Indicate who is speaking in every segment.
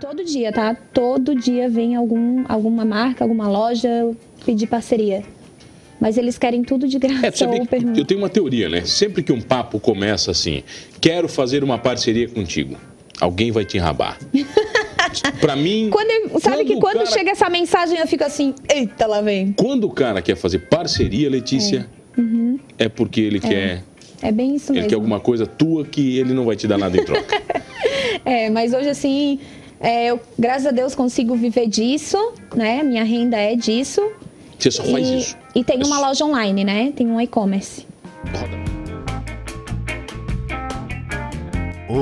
Speaker 1: Todo dia, tá? Todo dia vem algum, alguma marca, alguma loja pedir parceria. Mas eles querem tudo de graça.
Speaker 2: É, pra você ver
Speaker 1: ou
Speaker 2: que
Speaker 1: permuta.
Speaker 2: eu tenho uma teoria, né? Sempre que um papo começa assim, quero fazer uma parceria contigo, alguém vai te enrabar. Pra mim,
Speaker 1: Quando eu- sabe que
Speaker 2: o
Speaker 1: quando
Speaker 2: cara-
Speaker 1: chega essa mensagem eu fico assim, eita, lá vem.
Speaker 2: quando o cara quer fazer parceria, Letícia, é, porque ele quer,
Speaker 1: Uhum. É bem isso
Speaker 2: ele
Speaker 1: mesmo.
Speaker 2: quer alguma coisa tua que ele não vai te dar nada em troca.
Speaker 1: É, mas hoje assim, é, eu, graças a Deus consigo viver disso, né? Minha renda é disso.
Speaker 2: Você só faz
Speaker 1: e,
Speaker 2: isso.
Speaker 1: e tem uma
Speaker 2: Isso.
Speaker 1: loja online, né? Tem um e-commerce.
Speaker 2: Roda.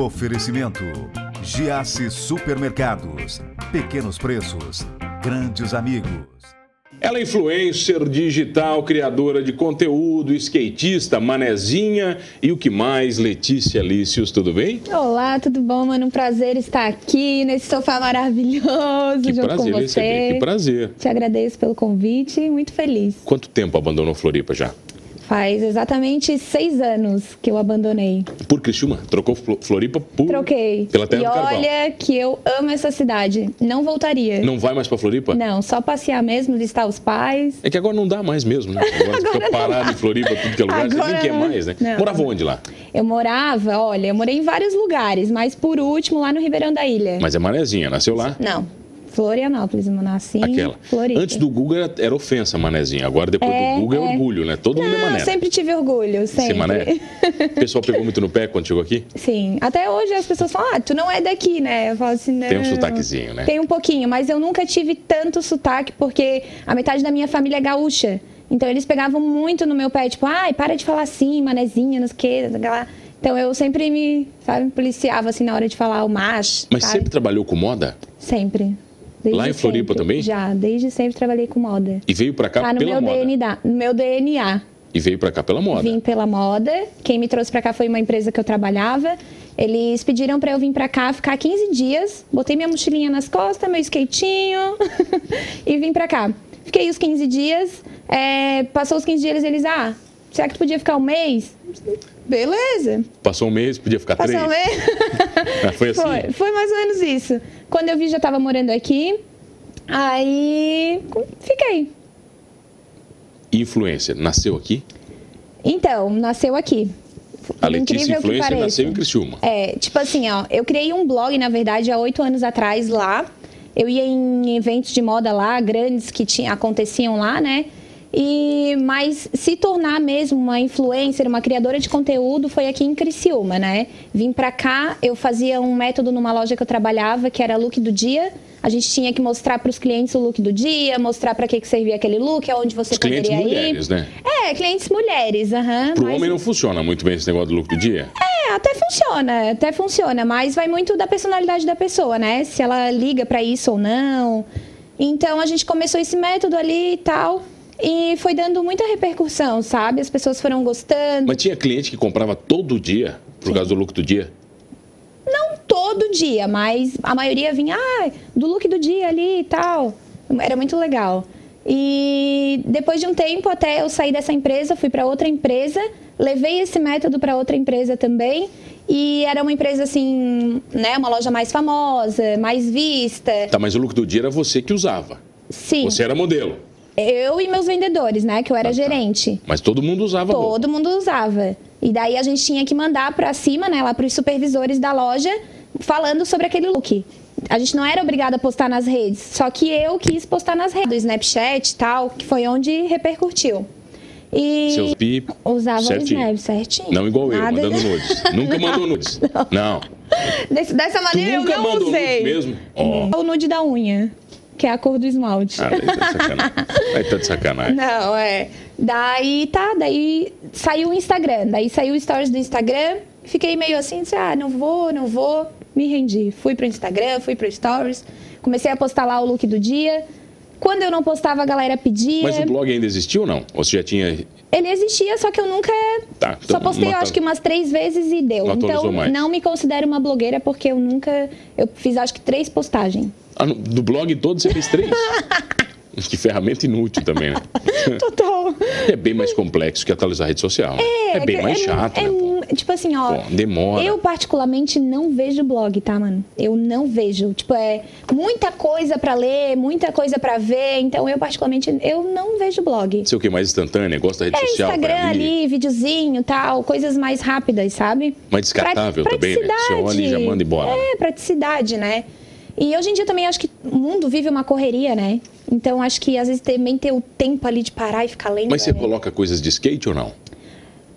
Speaker 3: Oferecimento: Giasse Supermercados. Pequenos preços, grandes amigos.
Speaker 2: Ela é influencer digital, criadora de conteúdo, skatista, manezinha e o que mais, Letícia Alícios, tudo bem?
Speaker 1: Olá, tudo bom, mano? Um prazer estar aqui nesse sofá maravilhoso
Speaker 2: Que
Speaker 1: junto
Speaker 2: prazer
Speaker 1: com
Speaker 2: receber,
Speaker 1: você.
Speaker 2: que prazer.
Speaker 1: Te agradeço pelo convite, muito feliz.
Speaker 2: Quanto tempo abandonou Floripa já?
Speaker 1: Faz exatamente seis anos que eu abandonei.
Speaker 2: Por Criciúma? Trocou Flo- Floripa por...
Speaker 1: Troquei.
Speaker 2: Pela Terra
Speaker 1: e
Speaker 2: do Carvalho.
Speaker 1: olha que eu amo essa cidade. Não voltaria.
Speaker 2: Não vai mais pra Floripa?
Speaker 1: Não, só passear mesmo, visitar os pais.
Speaker 2: É que agora não dá mais mesmo, né? Agora, você fica parado em Floripa, tudo que é lugar, você
Speaker 1: Agora
Speaker 2: nem quer
Speaker 1: não.
Speaker 2: mais, né?
Speaker 1: Não.
Speaker 2: Morava onde lá?
Speaker 1: Eu morava, olha, eu morei em vários lugares, mas por último lá no Ribeirão da Ilha.
Speaker 2: Mas é manezinha, nasceu lá?
Speaker 1: Não, Florianópolis, eu nasci em
Speaker 2: Aquela.
Speaker 1: Floripa.
Speaker 2: Antes do Google era, era ofensa, manezinha. Agora, depois
Speaker 1: É,
Speaker 2: do Google, é,
Speaker 1: é.
Speaker 2: orgulho, né? Todo mundo é
Speaker 1: Não,
Speaker 2: mané.
Speaker 1: eu sempre tive orgulho, sempre.
Speaker 2: Ser mané. O pessoal pegou muito no pé quando chegou aqui?
Speaker 1: Sim, até hoje as pessoas falam, ah, tu não é daqui, né? Eu falo assim, não.
Speaker 2: Tem um sotaquezinho, né?
Speaker 1: Tem um pouquinho, mas eu nunca tive tanto sotaque porque a metade da minha família é gaúcha. Então eles pegavam muito no meu pé, tipo, ai, para de falar assim, manezinha, não sei o quê, não sei o que lá. Então eu sempre me, sabe, policiava assim na hora de falar o macho.
Speaker 2: Mas
Speaker 1: sabe?
Speaker 2: sempre trabalhou com moda
Speaker 1: Sempre. Desde
Speaker 2: Lá em Floripa
Speaker 1: sempre.
Speaker 2: também?
Speaker 1: Já, desde sempre trabalhei com moda.
Speaker 2: e veio pra cá
Speaker 1: Tá no
Speaker 2: pela
Speaker 1: meu
Speaker 2: moda.
Speaker 1: DNA, no meu DNA.
Speaker 2: E veio pra cá pela moda.
Speaker 1: Vim pela moda. Quem me trouxe pra cá foi uma empresa que eu trabalhava. Eles pediram pra eu vir pra cá ficar 15 dias. Botei minha mochilinha nas costas, meu skatinho e vim pra cá. Fiquei os 15 dias. é, passou os 15 dias, eles, ah, será que tu podia ficar um mês? Beleza.
Speaker 2: Passou um mês, podia ficar
Speaker 1: Passou
Speaker 2: três.
Speaker 1: um mês.
Speaker 2: Ah, Foi assim?
Speaker 1: Foi, foi mais ou menos isso. Quando eu vi, já tava morando aqui. Aí fiquei.
Speaker 2: Influencer, nasceu aqui?
Speaker 1: Então, nasceu aqui.
Speaker 2: A Letícia
Speaker 1: Incrível que
Speaker 2: Influencer
Speaker 1: pareça.
Speaker 2: nasceu em Criciúma.
Speaker 1: É, tipo assim, ó, eu criei um blog, na verdade, há oito anos atrás lá. Eu ia em eventos de moda lá, grandes que tinha, aconteciam lá, né? E, mas se tornar mesmo uma influencer, uma criadora de conteúdo, foi aqui em Criciúma, né? Vim pra cá, eu fazia um método numa loja que eu trabalhava, que era look do dia. A gente tinha que mostrar pros clientes o look do dia, mostrar pra que, que servia aquele look, aonde você
Speaker 2: Os clientes
Speaker 1: poderia
Speaker 2: mulheres,
Speaker 1: ir.
Speaker 2: né?
Speaker 1: É, clientes mulheres, aham.
Speaker 2: Pro
Speaker 1: mas-
Speaker 2: homem não funciona muito bem esse negócio do look do dia.
Speaker 1: é, até funciona, até funciona, mas vai muito da personalidade da pessoa, né? Se ela liga pra isso ou não. Então a gente começou esse método ali e tal, e foi dando muita repercussão, sabe? As pessoas foram gostando.
Speaker 2: Mas tinha cliente que comprava todo dia, por causa do look do dia.
Speaker 1: Não todo dia, mas a maioria vinha, ah, do look do dia ali e tal. Era muito legal. E depois de um tempo, até eu saí dessa empresa, fui para outra empresa, levei esse método para outra empresa também. E era uma empresa assim, né? Uma loja mais famosa, mais vista.
Speaker 2: Tá, mas o look do dia era você que usava.
Speaker 1: Sim.
Speaker 2: Você era modelo.
Speaker 1: Eu e meus vendedores, né? Que eu era gerente.
Speaker 2: Mas todo mundo usava roupa.
Speaker 1: Todo mundo usava. E daí a gente tinha que mandar pra cima, né, lá pros supervisores da loja, falando sobre aquele look. A gente não era obrigada a postar nas redes, só que eu quis postar nas redes, do Snapchat e tal, que foi onde repercutiu. E
Speaker 2: Seus pi
Speaker 1: usava
Speaker 2: certinho.
Speaker 1: o Snap certinho.
Speaker 2: Não igual eu,
Speaker 1: Nada-
Speaker 2: mandando nudes. Nunca mandou nudes. Não.
Speaker 1: Desse- dessa
Speaker 2: Tu
Speaker 1: maneira
Speaker 2: nunca
Speaker 1: eu não
Speaker 2: mandou
Speaker 1: usei.
Speaker 2: nudes mesmo? Ó.
Speaker 1: O nude da unha, que é a cor do esmalte.
Speaker 2: Ah, daí tá de sacanagem. Aí tá de sacanagem.
Speaker 1: Não, é. Daí tá, daí saiu o Instagram, daí saiu o stories do Instagram, fiquei meio assim, disse, ah, não vou, não vou, me rendi. Fui pro Instagram, fui pro stories, comecei a postar lá o look do dia. Quando eu não postava, a galera pedia.
Speaker 2: Mas o blog ainda existiu ou não? Ou você já tinha.
Speaker 1: Ele existia, só que eu nunca.
Speaker 2: Tá,
Speaker 1: só
Speaker 2: então
Speaker 1: postei, eu
Speaker 2: mata-
Speaker 1: acho que umas três vezes e deu.
Speaker 2: Não atualizou
Speaker 1: então,
Speaker 2: mais.
Speaker 1: não me considero uma blogueira, porque eu nunca. Eu fiz, acho que, três postagens.
Speaker 2: Ah, no- do blog todo você fez três? que ferramenta inútil também, né?
Speaker 1: Total.
Speaker 2: É bem mais complexo que atualizar a rede social. né? É, bem mais
Speaker 1: que-
Speaker 2: chato,
Speaker 1: é
Speaker 2: né? pô?
Speaker 1: mu- tipo assim, ó.
Speaker 2: Bom, demora.
Speaker 1: Eu, particularmente, não vejo blog, tá, mano? Eu não vejo. Tipo, é muita coisa pra ler, muita coisa pra ver. Então, eu, particularmente, eu não vejo blog.
Speaker 2: Não sei o que, mais instantânea, gosta da rede
Speaker 1: É
Speaker 2: social. vai
Speaker 1: Instagram ali, videozinho tal, coisas mais rápidas, sabe?
Speaker 2: Mas descartável
Speaker 1: Pra-
Speaker 2: também, né? Você
Speaker 1: praticidade.
Speaker 2: olha e já manda embora.
Speaker 1: É, praticidade, né? E hoje em dia também acho que o mundo vive uma correria, né? Então acho que às vezes também ter o tempo ali de parar e ficar lendo.
Speaker 2: Mas você
Speaker 1: é
Speaker 2: coloca coisas de skate ou não?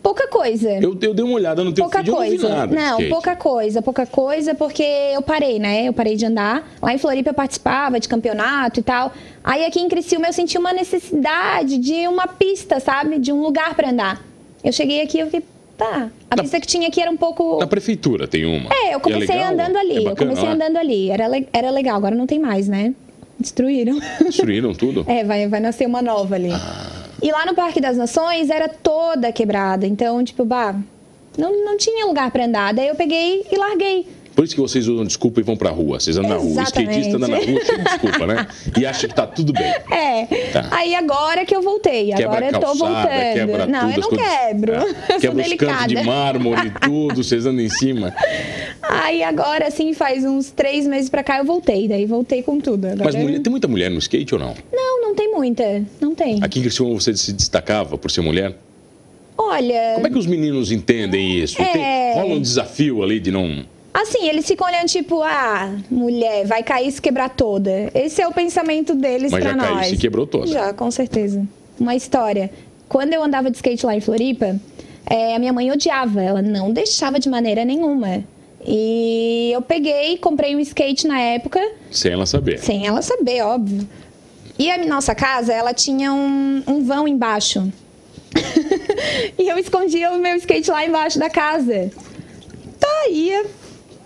Speaker 1: Pouca coisa.
Speaker 2: Eu, eu dei uma olhada no teu
Speaker 1: É. pouca
Speaker 2: feed, eu não vi
Speaker 1: coisa.
Speaker 2: nada de
Speaker 1: não,
Speaker 2: skate.
Speaker 1: pouca coisa, pouca coisa, porque eu parei, né? Eu parei de andar. Lá em Floripa eu participava de campeonato e tal. Aí aqui em Criciúma eu senti uma necessidade de uma pista, sabe? De um lugar pra andar. Eu cheguei aqui e eu fiquei, tá. A
Speaker 2: Na-
Speaker 1: pista que tinha aqui era um pouco.
Speaker 2: Na prefeitura tem uma.
Speaker 1: É, eu comecei
Speaker 2: Tá. legal?
Speaker 1: andando ali.
Speaker 2: É
Speaker 1: eu
Speaker 2: bacana
Speaker 1: comecei
Speaker 2: lá?
Speaker 1: andando ali. Era, le- era legal, agora não tem mais, né? Destruíram.
Speaker 2: Destruíram tudo?
Speaker 1: É, vai, vai nascer uma nova ali. E lá no Parque das Nações era toda quebrada. Então, tipo, bah, não, não tinha lugar pra andar. Daí eu peguei e larguei.
Speaker 2: Por isso que vocês usam desculpa e vão pra rua. Vocês andam na rua. O
Speaker 1: Exatamente.
Speaker 2: skatista anda na rua cheio de desculpa, né? E acha que tá tudo bem.
Speaker 1: É.
Speaker 2: Tá.
Speaker 1: Aí agora que eu voltei. agora
Speaker 2: Quebra
Speaker 1: eu tô
Speaker 2: calçada,
Speaker 1: voltando.
Speaker 2: quebra
Speaker 1: não,
Speaker 2: tudo.
Speaker 1: eu
Speaker 2: as
Speaker 1: não
Speaker 2: coisas-
Speaker 1: quebro.
Speaker 2: É,
Speaker 1: Eu sou
Speaker 2: Quebra os cantos
Speaker 1: delicada.
Speaker 2: de mármore e tudo, vocês andam em cima.
Speaker 1: Aí agora, assim, faz uns três meses pra cá eu voltei. Daí voltei com tudo. Agora-
Speaker 2: Mas mulher- tem muita mulher no skate ou não?
Speaker 1: Não, não tem muita. Não tem.
Speaker 2: Aqui em Criciúma você se destacava por ser mulher?
Speaker 1: Olha.
Speaker 2: Como é que os meninos entendem isso? Tem-
Speaker 1: É.
Speaker 2: rola um desafio ali de não...
Speaker 1: Assim, eles ficam olhando tipo, ah, mulher, vai cair e se quebrar toda. Esse é o pensamento deles
Speaker 2: Mas
Speaker 1: pra
Speaker 2: já caiu e
Speaker 1: nós.
Speaker 2: se quebrou toda.
Speaker 1: Já, com certeza. Uma história. Quando eu andava de skate lá em Floripa, eh, a minha mãe odiava, ela não deixava de maneira nenhuma. E eu peguei, comprei um skate na época,
Speaker 2: Sem ela saber.
Speaker 1: sem ela saber, óbvio. E a nossa casa, ela tinha um, um vão embaixo. e eu escondia o meu skate lá embaixo da casa. Tá, ia.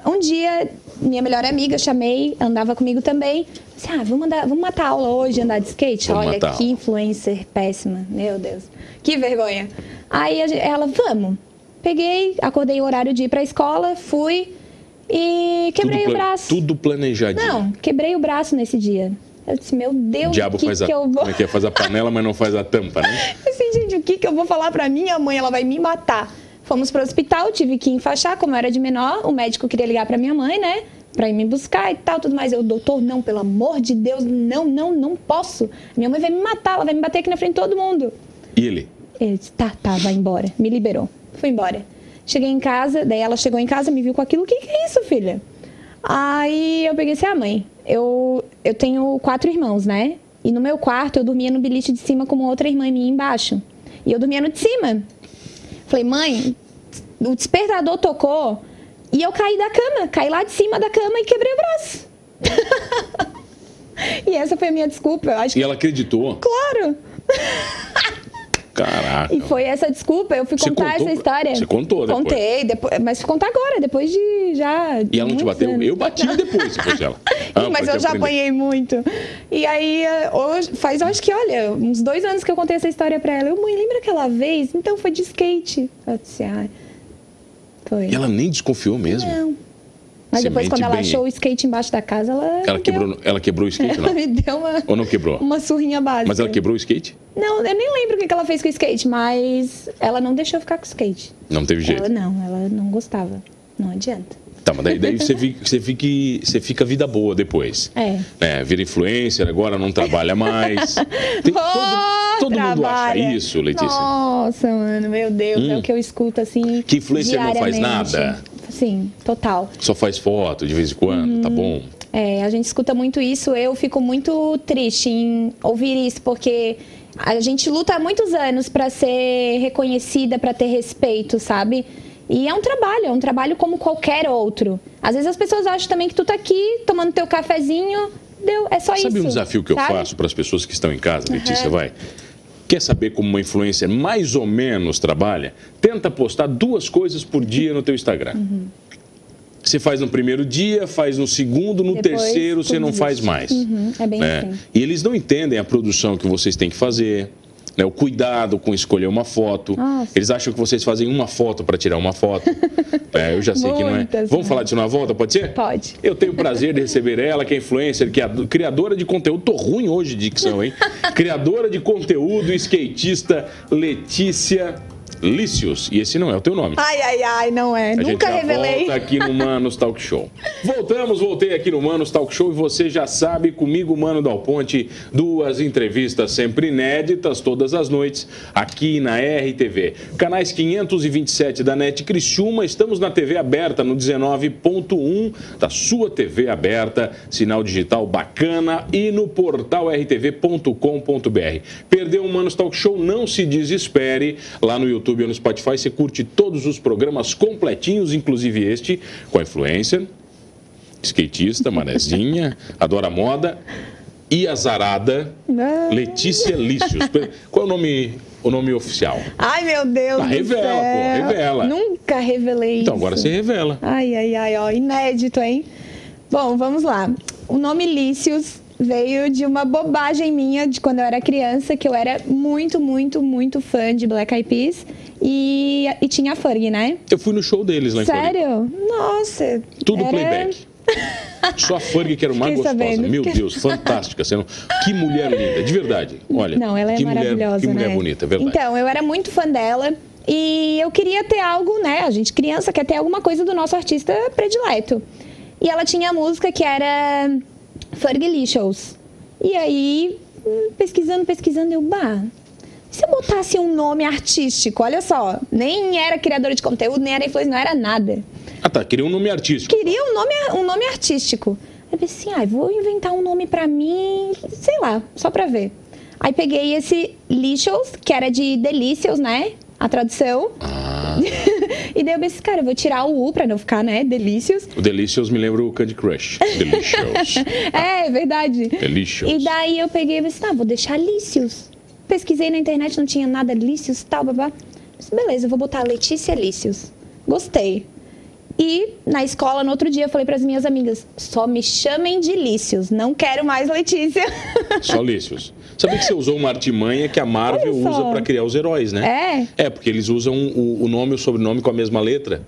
Speaker 1: Um dia, minha melhor amiga, eu chamei, andava comigo também. Disse, ah, vamos, andar, vamos matar aula hoje, andar de skate?
Speaker 2: Vamos
Speaker 1: Olha,
Speaker 2: matar
Speaker 1: que
Speaker 2: aula.
Speaker 1: influencer péssima. Meu Deus, que vergonha. Aí a gen- ela, vamos. Peguei, acordei o horário de ir pra escola, fui e quebrei
Speaker 2: tudo
Speaker 1: o
Speaker 2: pla-
Speaker 1: braço.
Speaker 2: Tudo planejadinho.
Speaker 1: Não, quebrei o braço nesse dia. Eu disse, meu
Speaker 2: O
Speaker 1: Deus,
Speaker 2: diabo
Speaker 1: o que,
Speaker 2: faz a...
Speaker 1: que eu vou.
Speaker 2: Como é que é? Faz a panela, mas não faz a tampa, né?
Speaker 1: Assim, gente, o que, que eu vou falar pra minha mãe? Ela vai me matar. Fomos pro hospital, tive que enfaixar, como eu era de menor, o médico queria ligar pra minha mãe, né? Pra ir me buscar e tal, tudo mais. Eu, doutor, não, pelo amor de Deus, não, não, não posso. Minha mãe vai me matar, ela vai me bater aqui na frente de todo mundo.
Speaker 2: E ele?
Speaker 1: Ele disse, tá, tá, vai embora. Me liberou. Fui embora. Cheguei em casa, daí ela chegou em casa, me viu com aquilo. O que, que é isso, filha? Aí eu peguei e disse, ah, mãe, eu, eu tenho quatro irmãos, né? E no meu quarto eu dormia no bilhete de cima como outra irmã minha embaixo. E eu dormia no de cima. Falei, mãe, o despertador tocou e eu caí da cama. Caí lá de cima da cama e quebrei o braço. e essa foi a minha desculpa. Eu acho
Speaker 2: E
Speaker 1: que,
Speaker 2: ela acreditou.
Speaker 1: claro.
Speaker 2: Caraca.
Speaker 1: E foi essa desculpa, eu fui
Speaker 2: Você
Speaker 1: contar
Speaker 2: contou
Speaker 1: essa
Speaker 2: pra-
Speaker 1: história.
Speaker 2: você contou depois.
Speaker 1: Contei, depois, mas fui contar agora, depois de já.
Speaker 2: E ela não
Speaker 1: muitos
Speaker 2: te bateu?
Speaker 1: anos.
Speaker 2: Eu bati depois, se fosse ela.
Speaker 1: Ih,
Speaker 2: Ah,
Speaker 1: mas
Speaker 2: pra
Speaker 1: eu
Speaker 2: te
Speaker 1: já
Speaker 2: aprender.
Speaker 1: apanhei muito. E aí, eh, hoje, faz acho que, olha, uns dois anos que eu contei essa história pra ela. Eu, mãe, lembra aquela vez? Então foi de skate. Ela disse, ah, foi.
Speaker 2: E ela nem desconfiou mesmo.
Speaker 1: Não. Mas
Speaker 2: Você
Speaker 1: depois,
Speaker 2: mente
Speaker 1: quando ela
Speaker 2: bem,
Speaker 1: achou
Speaker 2: hein?
Speaker 1: o skate embaixo da casa, ela.
Speaker 2: Ela
Speaker 1: me
Speaker 2: quebrou, ela quebrou o skate,
Speaker 1: Deu, ela
Speaker 2: não?
Speaker 1: me deu uma,
Speaker 2: Ou não quebrou?
Speaker 1: uma surrinha básica.
Speaker 2: Mas ela quebrou o skate?
Speaker 1: Não, eu nem lembro o que que ela fez com o skate, mas ela não deixou eu ficar com o skate.
Speaker 2: Não teve jeito.
Speaker 1: Ela não, ela não gostava. Não adianta.
Speaker 2: Tá, mas daí, daí você, fica, você, fica, você fica vida boa depois.
Speaker 1: É.
Speaker 2: Né, vira influencer, agora não trabalha mais. Tem-
Speaker 1: Vó,
Speaker 2: todo todo mundo acha
Speaker 1: trabalha.
Speaker 2: isso, Letícia. Hum.
Speaker 1: Nossa, mano, meu Deus, é o que eu escuto assim.
Speaker 2: Que influencer não faz
Speaker 1: diariamente.
Speaker 2: nada.
Speaker 1: Sim, total.
Speaker 2: Só faz foto de vez em quando, tá bom?
Speaker 1: É, a gente escuta muito isso, eu fico muito triste em ouvir isso, porque a gente luta há muitos anos para ser reconhecida, para ter respeito, sabe? E é um trabalho, é um trabalho como qualquer outro. Às vezes as pessoas acham também que tu tá aqui tomando teu cafezinho, deu, é só isso.
Speaker 2: Sabe um desafio que eu
Speaker 1: sabe?
Speaker 2: faço para as pessoas que estão em casa, Letícia, vai? Quer saber como uma influencer mais ou menos trabalha? Tenta postar duas coisas por dia no teu Instagram.
Speaker 1: Uhum.
Speaker 2: Você faz no primeiro dia, faz no segundo, no
Speaker 1: Depois,
Speaker 2: Um terceiro você
Speaker 1: tudo
Speaker 2: não faz
Speaker 1: isso.
Speaker 2: mais.
Speaker 1: Uhum, é bem
Speaker 2: né?
Speaker 1: assim.
Speaker 2: E eles não entendem a produção que vocês têm que fazer, né? o cuidado com escolher uma foto.
Speaker 1: Nossa.
Speaker 2: Eles acham que vocês fazem uma foto para tirar uma foto. É, eu já sei que não é.
Speaker 1: Muitas,
Speaker 2: Vamos
Speaker 1: né?
Speaker 2: falar disso na volta, pode ser?
Speaker 1: Pode.
Speaker 2: Eu tenho o prazer de receber ela, que é influencer, que é a- criadora de conteúdo. Tô ruim hoje de dicção, hein? Criadora de conteúdo, skatista, Letícia Lícios, e esse não é o teu nome.
Speaker 1: Ai, ai, ai, não é.
Speaker 2: A gente
Speaker 1: Nunca
Speaker 2: já
Speaker 1: revelei.
Speaker 2: volta aqui no Manos Talk Show. Voltamos, voltei aqui no Manos Talk Show e você já sabe, comigo, Mano Dal Ponte, duas entrevistas sempre inéditas, todas as noites, aqui na RTV. Canais 527 da NET Criciúma, estamos na TV aberta, no 19.1 da sua TV aberta, sinal digital bacana e no portal rtv.com.br. Perdeu o Manos Talk Show? Não se desespere, lá no YouTube ou no Spotify você curte todos os programas completinhos, inclusive este, com a influencer, skatista, manezinha, adora moda e azarada
Speaker 1: Não.
Speaker 2: Letícia Lícios. Qual é o nome, o nome oficial?
Speaker 1: Ai, meu Deus.
Speaker 2: Ah,
Speaker 1: do
Speaker 2: revela,
Speaker 1: céu.
Speaker 2: pô, revela.
Speaker 1: Nunca revelei
Speaker 2: Então agora
Speaker 1: isso.
Speaker 2: você revela.
Speaker 1: Ai, ai, ai, ó, inédito, hein? Bom, vamos lá. O nome Lícios veio de uma bobagem minha de quando eu era criança, que eu era muito, muito, muito fã de Black Eyed Peas e, e tinha Ferg, né?
Speaker 2: Eu fui no show deles lá em Floripa.
Speaker 1: Sério? Nossa.
Speaker 2: Tudo
Speaker 1: era-
Speaker 2: playback. Só a Ferg que era mais
Speaker 1: É. Fiquei
Speaker 2: gostosa.
Speaker 1: sabendo.
Speaker 2: Meu Deus, fantástica. Você não- Que mulher linda, de verdade. Olha,
Speaker 1: Não, ela é
Speaker 2: que mulher,
Speaker 1: maravilhosa,
Speaker 2: Que mulher
Speaker 1: né?
Speaker 2: bonita, é verdade.
Speaker 1: Então, eu era muito fã dela e eu queria ter algo, né? A gente criança quer ter alguma coisa do nosso artista predileto. E ela tinha a música que era Fergalicious. E aí, hum, pesquisando, pesquisando, eu, bah, e se eu botasse um nome artístico, olha só, nem era criadora de conteúdo, nem era influencer, não era nada
Speaker 2: Ah tá, queria um nome artístico.
Speaker 1: queria um nome, um nome artístico. Aí eu pensei assim, ah, vou inventar um nome pra mim, sei lá, só pra ver. Aí peguei esse Licious, que era de Delícias, né? A tradução.
Speaker 2: Ah,
Speaker 1: e daí eu pensei, cara, eu vou tirar o U pra não ficar, né? Delícias.
Speaker 2: o Delicious me lembra o Candy Crush. Delicious.
Speaker 1: É, é verdade.
Speaker 2: Delicious.
Speaker 1: E daí eu peguei e pensei, tá, vou deixar Lícios. Pesquisei na internet, não tinha nada Lícios, tal, babá. Disse, Beleza, eu vou botar Letícia Lícios. Gostei. E na escola, no outro dia, eu falei para as minhas amigas: só me chamem de Lícios, não quero mais Letícia.
Speaker 2: Só Lícios. Sabia que você usou uma artimanha que a Marvel
Speaker 1: Olha só.
Speaker 2: usa pra criar os heróis, né? É? É, porque eles usam o, o nome e o sobrenome com a mesma letra,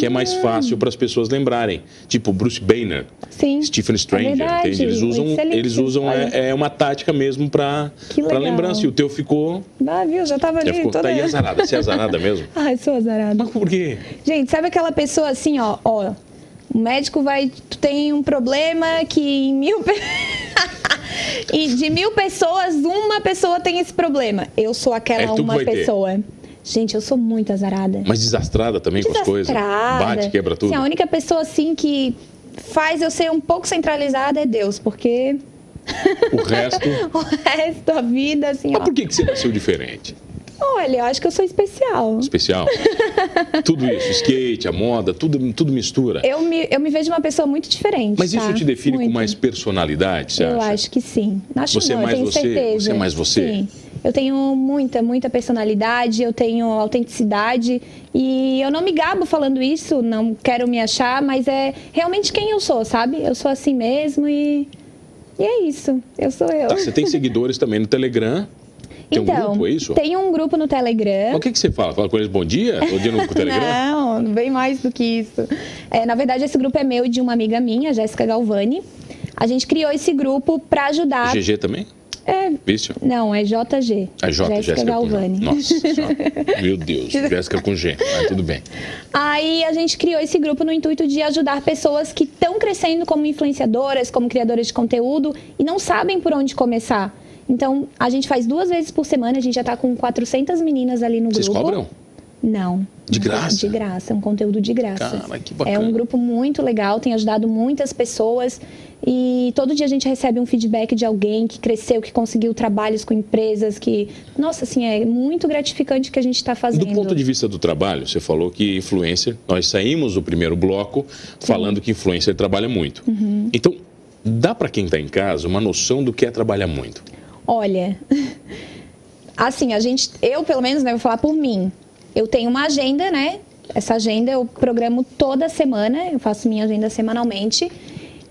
Speaker 2: que é mais
Speaker 1: Ah.
Speaker 2: fácil para as pessoas lembrarem. Tipo Bruce Banner,
Speaker 1: Sim. é
Speaker 2: Stephen Stranger,
Speaker 1: verdade, Um
Speaker 2: entende? Eles usam,
Speaker 1: excelente.
Speaker 2: eles usam
Speaker 1: Olha.
Speaker 2: é, é uma tática mesmo pra
Speaker 1: Que
Speaker 2: pra
Speaker 1: legal. né?
Speaker 2: lembrança. E o teu ficou,
Speaker 1: Ah, viu? Já tava
Speaker 2: já
Speaker 1: ali
Speaker 2: ficou tá
Speaker 1: toda.
Speaker 2: aí azarada. Você é azarada mesmo?
Speaker 1: Ai, sou azarada.
Speaker 2: Mas por quê?
Speaker 1: Gente, sabe aquela pessoa assim, ó, ó, o médico vai, tu tem um problema que em mil pe- e de mil pessoas uma pessoa tem esse problema. Eu sou
Speaker 2: É tu
Speaker 1: aquela
Speaker 2: que
Speaker 1: uma
Speaker 2: vai ter.
Speaker 1: pessoa. Gente, eu sou muito azarada.
Speaker 2: Mas desastrada também com as coisas.
Speaker 1: Desastrada.
Speaker 2: Bate, quebra tudo.
Speaker 1: Assim, a única pessoa assim que faz eu ser um pouco centralizada é Deus, porque é um
Speaker 2: O resto.
Speaker 1: o resto da vida assim,
Speaker 2: Mas
Speaker 1: ó.
Speaker 2: por que, que você nasceu diferente?
Speaker 1: Olha, eu acho que eu sou especial.
Speaker 2: especial. tudo isso, skate, a moda, tudo, tudo mistura.
Speaker 1: Eu me, eu me vejo uma pessoa muito diferente.
Speaker 2: Mas isso
Speaker 1: tá?
Speaker 2: te define
Speaker 1: Muito.
Speaker 2: com mais personalidade, você
Speaker 1: Eu
Speaker 2: acha?
Speaker 1: acho que sim. Acho
Speaker 2: Você é
Speaker 1: não,
Speaker 2: mais
Speaker 1: eu tenho
Speaker 2: você?
Speaker 1: certeza.
Speaker 2: Você é mais você?
Speaker 1: Sim. Eu tenho muita, muita personalidade, eu tenho autenticidade e eu não me gabo falando isso, não quero me achar, mas é realmente quem eu sou, sabe? Eu sou assim mesmo e, e é isso. Eu sou eu.
Speaker 2: Tá, você tem seguidores também no Telegram. Tem
Speaker 1: então,
Speaker 2: um grupo, é isso?
Speaker 1: tem um grupo no Telegram.
Speaker 2: Mas O que, que você fala? Fala com eles bom dia? Bom dia no é Telegram?
Speaker 1: Não, bem mais do que isso. É, na verdade, esse grupo é meu e de uma amiga minha, Jéssica Galvani. A gente criou esse grupo para ajudar.
Speaker 2: GG também?
Speaker 1: É,
Speaker 2: Vício?
Speaker 1: Não, é JG.
Speaker 2: A J, Jéssica,
Speaker 1: Jéssica
Speaker 2: com J.
Speaker 1: Galvani.
Speaker 2: Nossa senhora. Meu Deus, Jéssica com G. Mas tudo bem.
Speaker 1: Aí a gente criou esse grupo no intuito de ajudar pessoas que estão crescendo como influenciadoras, como criadoras de conteúdo e não sabem por onde começar. Então, a gente faz duas vezes por semana, a gente já tá com 400 meninas ali no
Speaker 2: Vocês
Speaker 1: grupo.
Speaker 2: cobram?
Speaker 1: Não.
Speaker 2: De graça?
Speaker 1: De graça, é um conteúdo de graça.
Speaker 2: Cara, que bacana.
Speaker 1: É um grupo muito legal, tem ajudado muitas pessoas. E todo dia a gente recebe um feedback de alguém que cresceu, que conseguiu trabalhos com empresas, que. Nossa, assim, é muito gratificante o que a gente está fazendo.
Speaker 2: Do ponto de vista do trabalho, você falou que influencer, nós saímos do primeiro bloco falando que influencer trabalha muito.
Speaker 1: Uhum.
Speaker 2: Então, dá para quem está em casa uma noção do que é trabalhar muito.
Speaker 1: Olha, assim, a gente, eu pelo menos, né, vou falar por mim. Eu tenho uma agenda, né? Essa agenda eu programo toda semana, eu faço minha agenda semanalmente.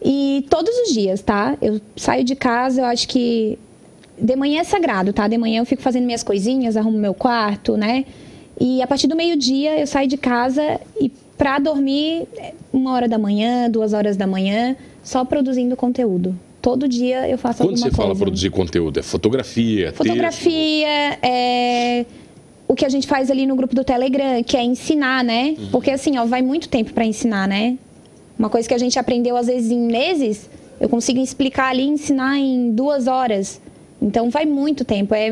Speaker 1: E todos os dias, tá? Eu saio de casa, eu acho que de manhã é sagrado, tá? De manhã eu fico fazendo minhas coisinhas, arrumo meu quarto, né? E a partir do meio-dia eu saio de casa e pra dormir é, uma hora da manhã, duas horas da manhã, só produzindo conteúdo. Todo dia eu faço
Speaker 2: Quando
Speaker 1: alguma
Speaker 2: você
Speaker 1: coisa.
Speaker 2: fala produzir conteúdo, é fotografia, texto?
Speaker 1: Fotografia, é, o que a gente faz ali no grupo do Telegram, que é ensinar, né? Porque assim, ó, vai muito tempo para ensinar, né? Uma coisa que a gente aprendeu às vezes em meses, eu consigo explicar ali, e ensinar em duas horas. Então vai muito tempo, é,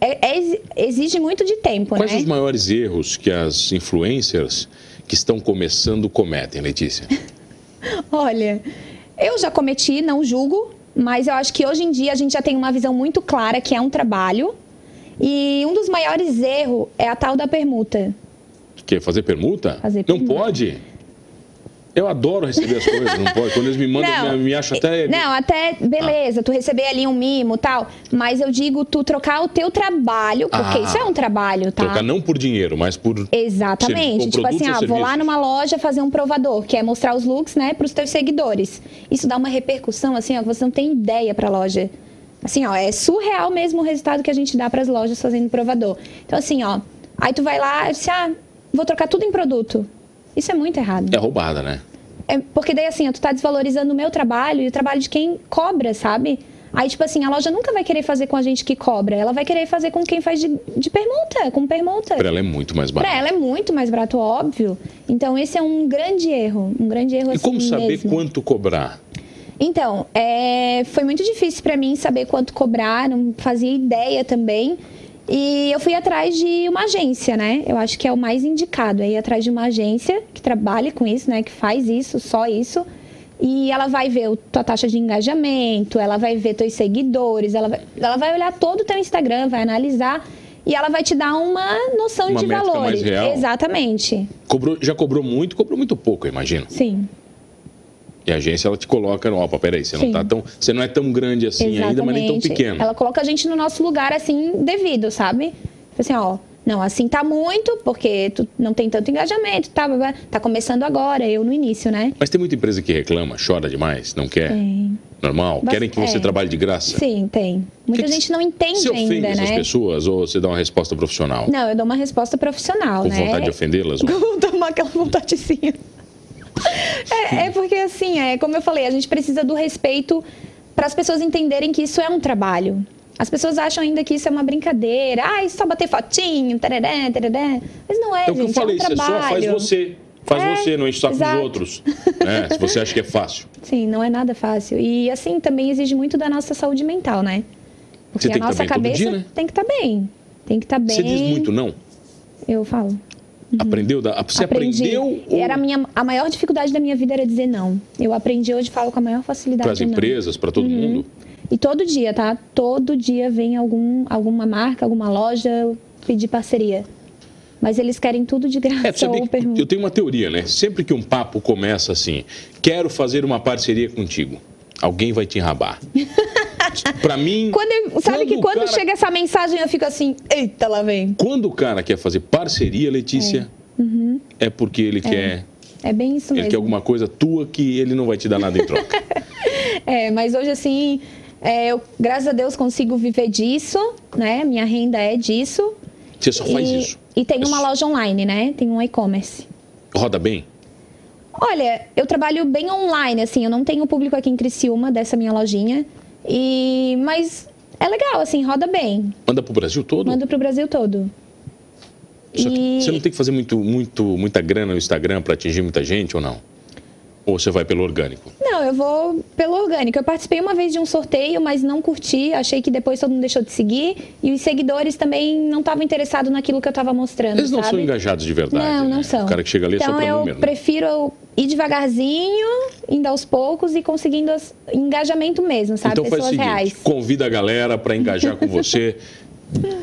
Speaker 1: é- é- exige muito de tempo,
Speaker 2: Quais
Speaker 1: né?
Speaker 2: os maiores erros que as influencers que estão começando cometem, Letícia?
Speaker 1: Olha, eu já cometi, não julgo, mas eu acho que hoje em dia a gente já tem uma visão muito clara que é um trabalho. E um dos maiores erros é a tal da permuta.
Speaker 2: Quer fazer permuta?
Speaker 1: Fazer
Speaker 2: não
Speaker 1: permuta.
Speaker 2: pode. Eu adoro receber as coisas, não pode. Quando eles me mandam, eu me, me acho até.
Speaker 1: Não, até beleza, tu receber ali um mimo tal. Mas eu digo tu trocar o teu trabalho, porque
Speaker 2: Ah.
Speaker 1: isso é um trabalho, tá?
Speaker 2: Trocar não por dinheiro, mas por.
Speaker 1: Exatamente.
Speaker 2: Servi- com
Speaker 1: Tipo
Speaker 2: produtos
Speaker 1: assim,
Speaker 2: ou
Speaker 1: ah, vou lá
Speaker 2: serviços?
Speaker 1: numa loja fazer um provador, que é mostrar os looks, né, pros teus seguidores. Isso dá uma repercussão, assim, ó, que você não tem ideia pra loja. Assim, ó, é surreal mesmo o resultado que a gente dá pras lojas fazendo provador. Então, assim, ó, aí tu vai lá e diz, ah, vou trocar tudo em produto. Isso é muito errado.
Speaker 2: É roubada, né?
Speaker 1: É, porque daí, assim, ó, tu tá desvalorizando o meu trabalho e o trabalho de quem cobra, sabe? Aí, tipo assim, a loja nunca vai querer fazer com a gente que cobra. Ela vai querer fazer com quem faz de, de permuta, com permuta.
Speaker 2: Pra ela é muito mais
Speaker 1: Pra
Speaker 2: barata.
Speaker 1: ela é muito mais barato, óbvio. Então, esse é um grande erro. Um grande erro
Speaker 2: E como
Speaker 1: assim
Speaker 2: saber
Speaker 1: mesmo.
Speaker 2: quanto cobrar?
Speaker 1: Então, é, foi muito difícil pra mim saber quanto cobrar, não fazia ideia também. E eu fui atrás de uma agência, né? Eu acho que é o mais indicado. É ir atrás de uma agência que trabalha com isso, né? Que faz isso, só isso. E ela vai ver o- tua taxa de engajamento, ela vai ver teus seguidores, ela vai, ela vai olhar todo o teu Instagram, vai analisar e ela vai te dar uma noção
Speaker 2: Uma
Speaker 1: de
Speaker 2: métrica
Speaker 1: valores.
Speaker 2: mais real.
Speaker 1: Exatamente.
Speaker 2: Cobrou, já cobrou muito, cobrou muito pouco, eu imagino.
Speaker 1: Sim.
Speaker 2: E a agência ela te coloca, no, opa, peraí, você não
Speaker 1: Sim.
Speaker 2: tá tão. Você não é tão grande assim ainda, mas nem tão
Speaker 1: Exatamente.
Speaker 2: pequeno.
Speaker 1: Ela coloca a gente no nosso lugar assim devido, sabe? Tipo Assim, ó, não, assim tá muito, porque tu não tem tanto engajamento, tá, blá, blá. tá começando agora, eu no início, né?
Speaker 2: Mas tem muita empresa que reclama, chora demais, não quer.
Speaker 1: Tem.
Speaker 2: Normal?
Speaker 1: Bas-
Speaker 2: Querem que você
Speaker 1: é.
Speaker 2: trabalhe de graça?
Speaker 1: Sim, tem. Muita
Speaker 2: Que que
Speaker 1: gente
Speaker 2: se-
Speaker 1: não entende
Speaker 2: Você ofende
Speaker 1: ainda,
Speaker 2: essas
Speaker 1: né?
Speaker 2: pessoas ou você dá uma resposta profissional?
Speaker 1: Não, eu dou uma resposta profissional,
Speaker 2: Com
Speaker 1: né?
Speaker 2: vontade de ofendê-las? ou-
Speaker 1: Vou tomar aquela vontadezinha. É, é porque assim, é como eu falei, a gente precisa do respeito para as pessoas entenderem que isso é um trabalho. As pessoas acham ainda que isso é uma brincadeira. Ah, é só bater fotinho, tereré, tereré. Mas não é,
Speaker 2: É o que
Speaker 1: gente,
Speaker 2: eu falei,
Speaker 1: é um
Speaker 2: você
Speaker 1: trabalho.
Speaker 2: só faz você. Faz
Speaker 1: É,
Speaker 2: você, não enche o saco dos
Speaker 1: exato.
Speaker 2: outros. né? Se você acha que é fácil.
Speaker 1: Sim, não é nada fácil. E assim, também exige muito da nossa saúde mental, né? Porque
Speaker 2: Você tem
Speaker 1: a
Speaker 2: que
Speaker 1: nossa
Speaker 2: estar bem todo
Speaker 1: cabeça
Speaker 2: dia, né?
Speaker 1: tem que estar bem. Tem que estar bem.
Speaker 2: Você diz muito não?
Speaker 1: Eu falo.
Speaker 2: Aprendeu? da- Você
Speaker 1: aprendi.
Speaker 2: aprendeu ou-
Speaker 1: Era a, minha, a maior dificuldade da minha vida era dizer não. Eu aprendi hoje, falo com a maior facilidade. é
Speaker 2: para as
Speaker 1: não. Uhum.
Speaker 2: empresas, para todo mundo?
Speaker 1: E todo dia, tá? Todo dia vem algum, alguma marca, alguma loja pedir parceria. Mas eles querem tudo de graça
Speaker 2: É, tu sabia
Speaker 1: ou
Speaker 2: que
Speaker 1: permuta.
Speaker 2: eu tenho uma teoria, né? Sempre que um papo começa assim, quero fazer uma parceria contigo, alguém vai te enrabar. Para mim,
Speaker 1: Quando eu- sabe que
Speaker 2: o
Speaker 1: quando
Speaker 2: cara-
Speaker 1: chega essa mensagem eu fico assim, eita, lá vem.
Speaker 2: quando o cara quer fazer parceria, Letícia, é, porque ele quer
Speaker 1: Uhum. É bem isso
Speaker 2: ele
Speaker 1: mesmo.
Speaker 2: quer alguma coisa tua que ele não vai te dar nada em troca.
Speaker 1: É, mas hoje assim, é, eu, graças a Deus consigo viver disso, né? Minha renda é disso.
Speaker 2: Você só faz
Speaker 1: e,
Speaker 2: isso.
Speaker 1: E tem uma
Speaker 2: Isso.
Speaker 1: loja online, né? Tem um e-commerce.
Speaker 2: Roda bem.
Speaker 1: Olha, eu trabalho bem online, assim, eu não tenho público aqui em Criciúma dessa minha lojinha. E mas é legal, assim, roda bem.
Speaker 2: Manda pro Brasil todo?
Speaker 1: Mando pro Brasil todo.
Speaker 2: Só que
Speaker 1: E-
Speaker 2: você não tem que fazer muito, muito, muita grana no Instagram para atingir muita gente ou não? Ou você vai pelo orgânico?
Speaker 1: Não, eu vou pelo orgânico. Eu participei uma vez de um sorteio, mas não curti. Achei que depois todo mundo deixou de seguir. E os seguidores também não estavam interessados naquilo que eu estava mostrando.
Speaker 2: Eles não
Speaker 1: sabe?
Speaker 2: são engajados de verdade.
Speaker 1: Não,
Speaker 2: né?
Speaker 1: não são.
Speaker 2: O cara que chega ali é só
Speaker 1: então
Speaker 2: pra
Speaker 1: eu
Speaker 2: número. né?
Speaker 1: prefiro ir devagarzinho, indo aos poucos e conseguindo as- engajamento mesmo, sabe?
Speaker 2: Então faz o
Speaker 1: Pessoas
Speaker 2: seguinte,
Speaker 1: reais.
Speaker 2: convida a galera para engajar com você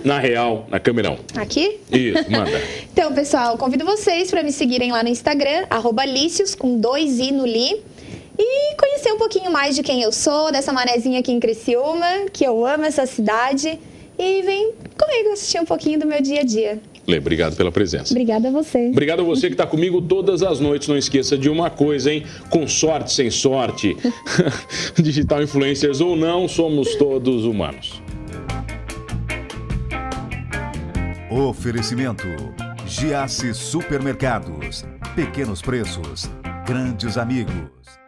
Speaker 2: na real, na câmerão.
Speaker 1: Aqui?
Speaker 2: Isso, manda.
Speaker 1: Então, pessoal, convido vocês para me seguirem lá no Instagram, arroba Lícios, com dois i no li. E conhecer um pouquinho mais de quem eu sou, dessa manezinha aqui em Criciúma, que eu amo essa cidade. E vem comigo assistir um pouquinho do meu dia a dia.
Speaker 2: Lê, obrigado pela presença.
Speaker 1: Obrigada a você.
Speaker 2: Obrigado a você que está comigo todas as noites. Não esqueça de uma coisa, hein? Com sorte, sem sorte, digital influencers ou não, somos todos humanos.
Speaker 3: Oferecimento: Giasse Supermercados. Pequenos preços, grandes amigos.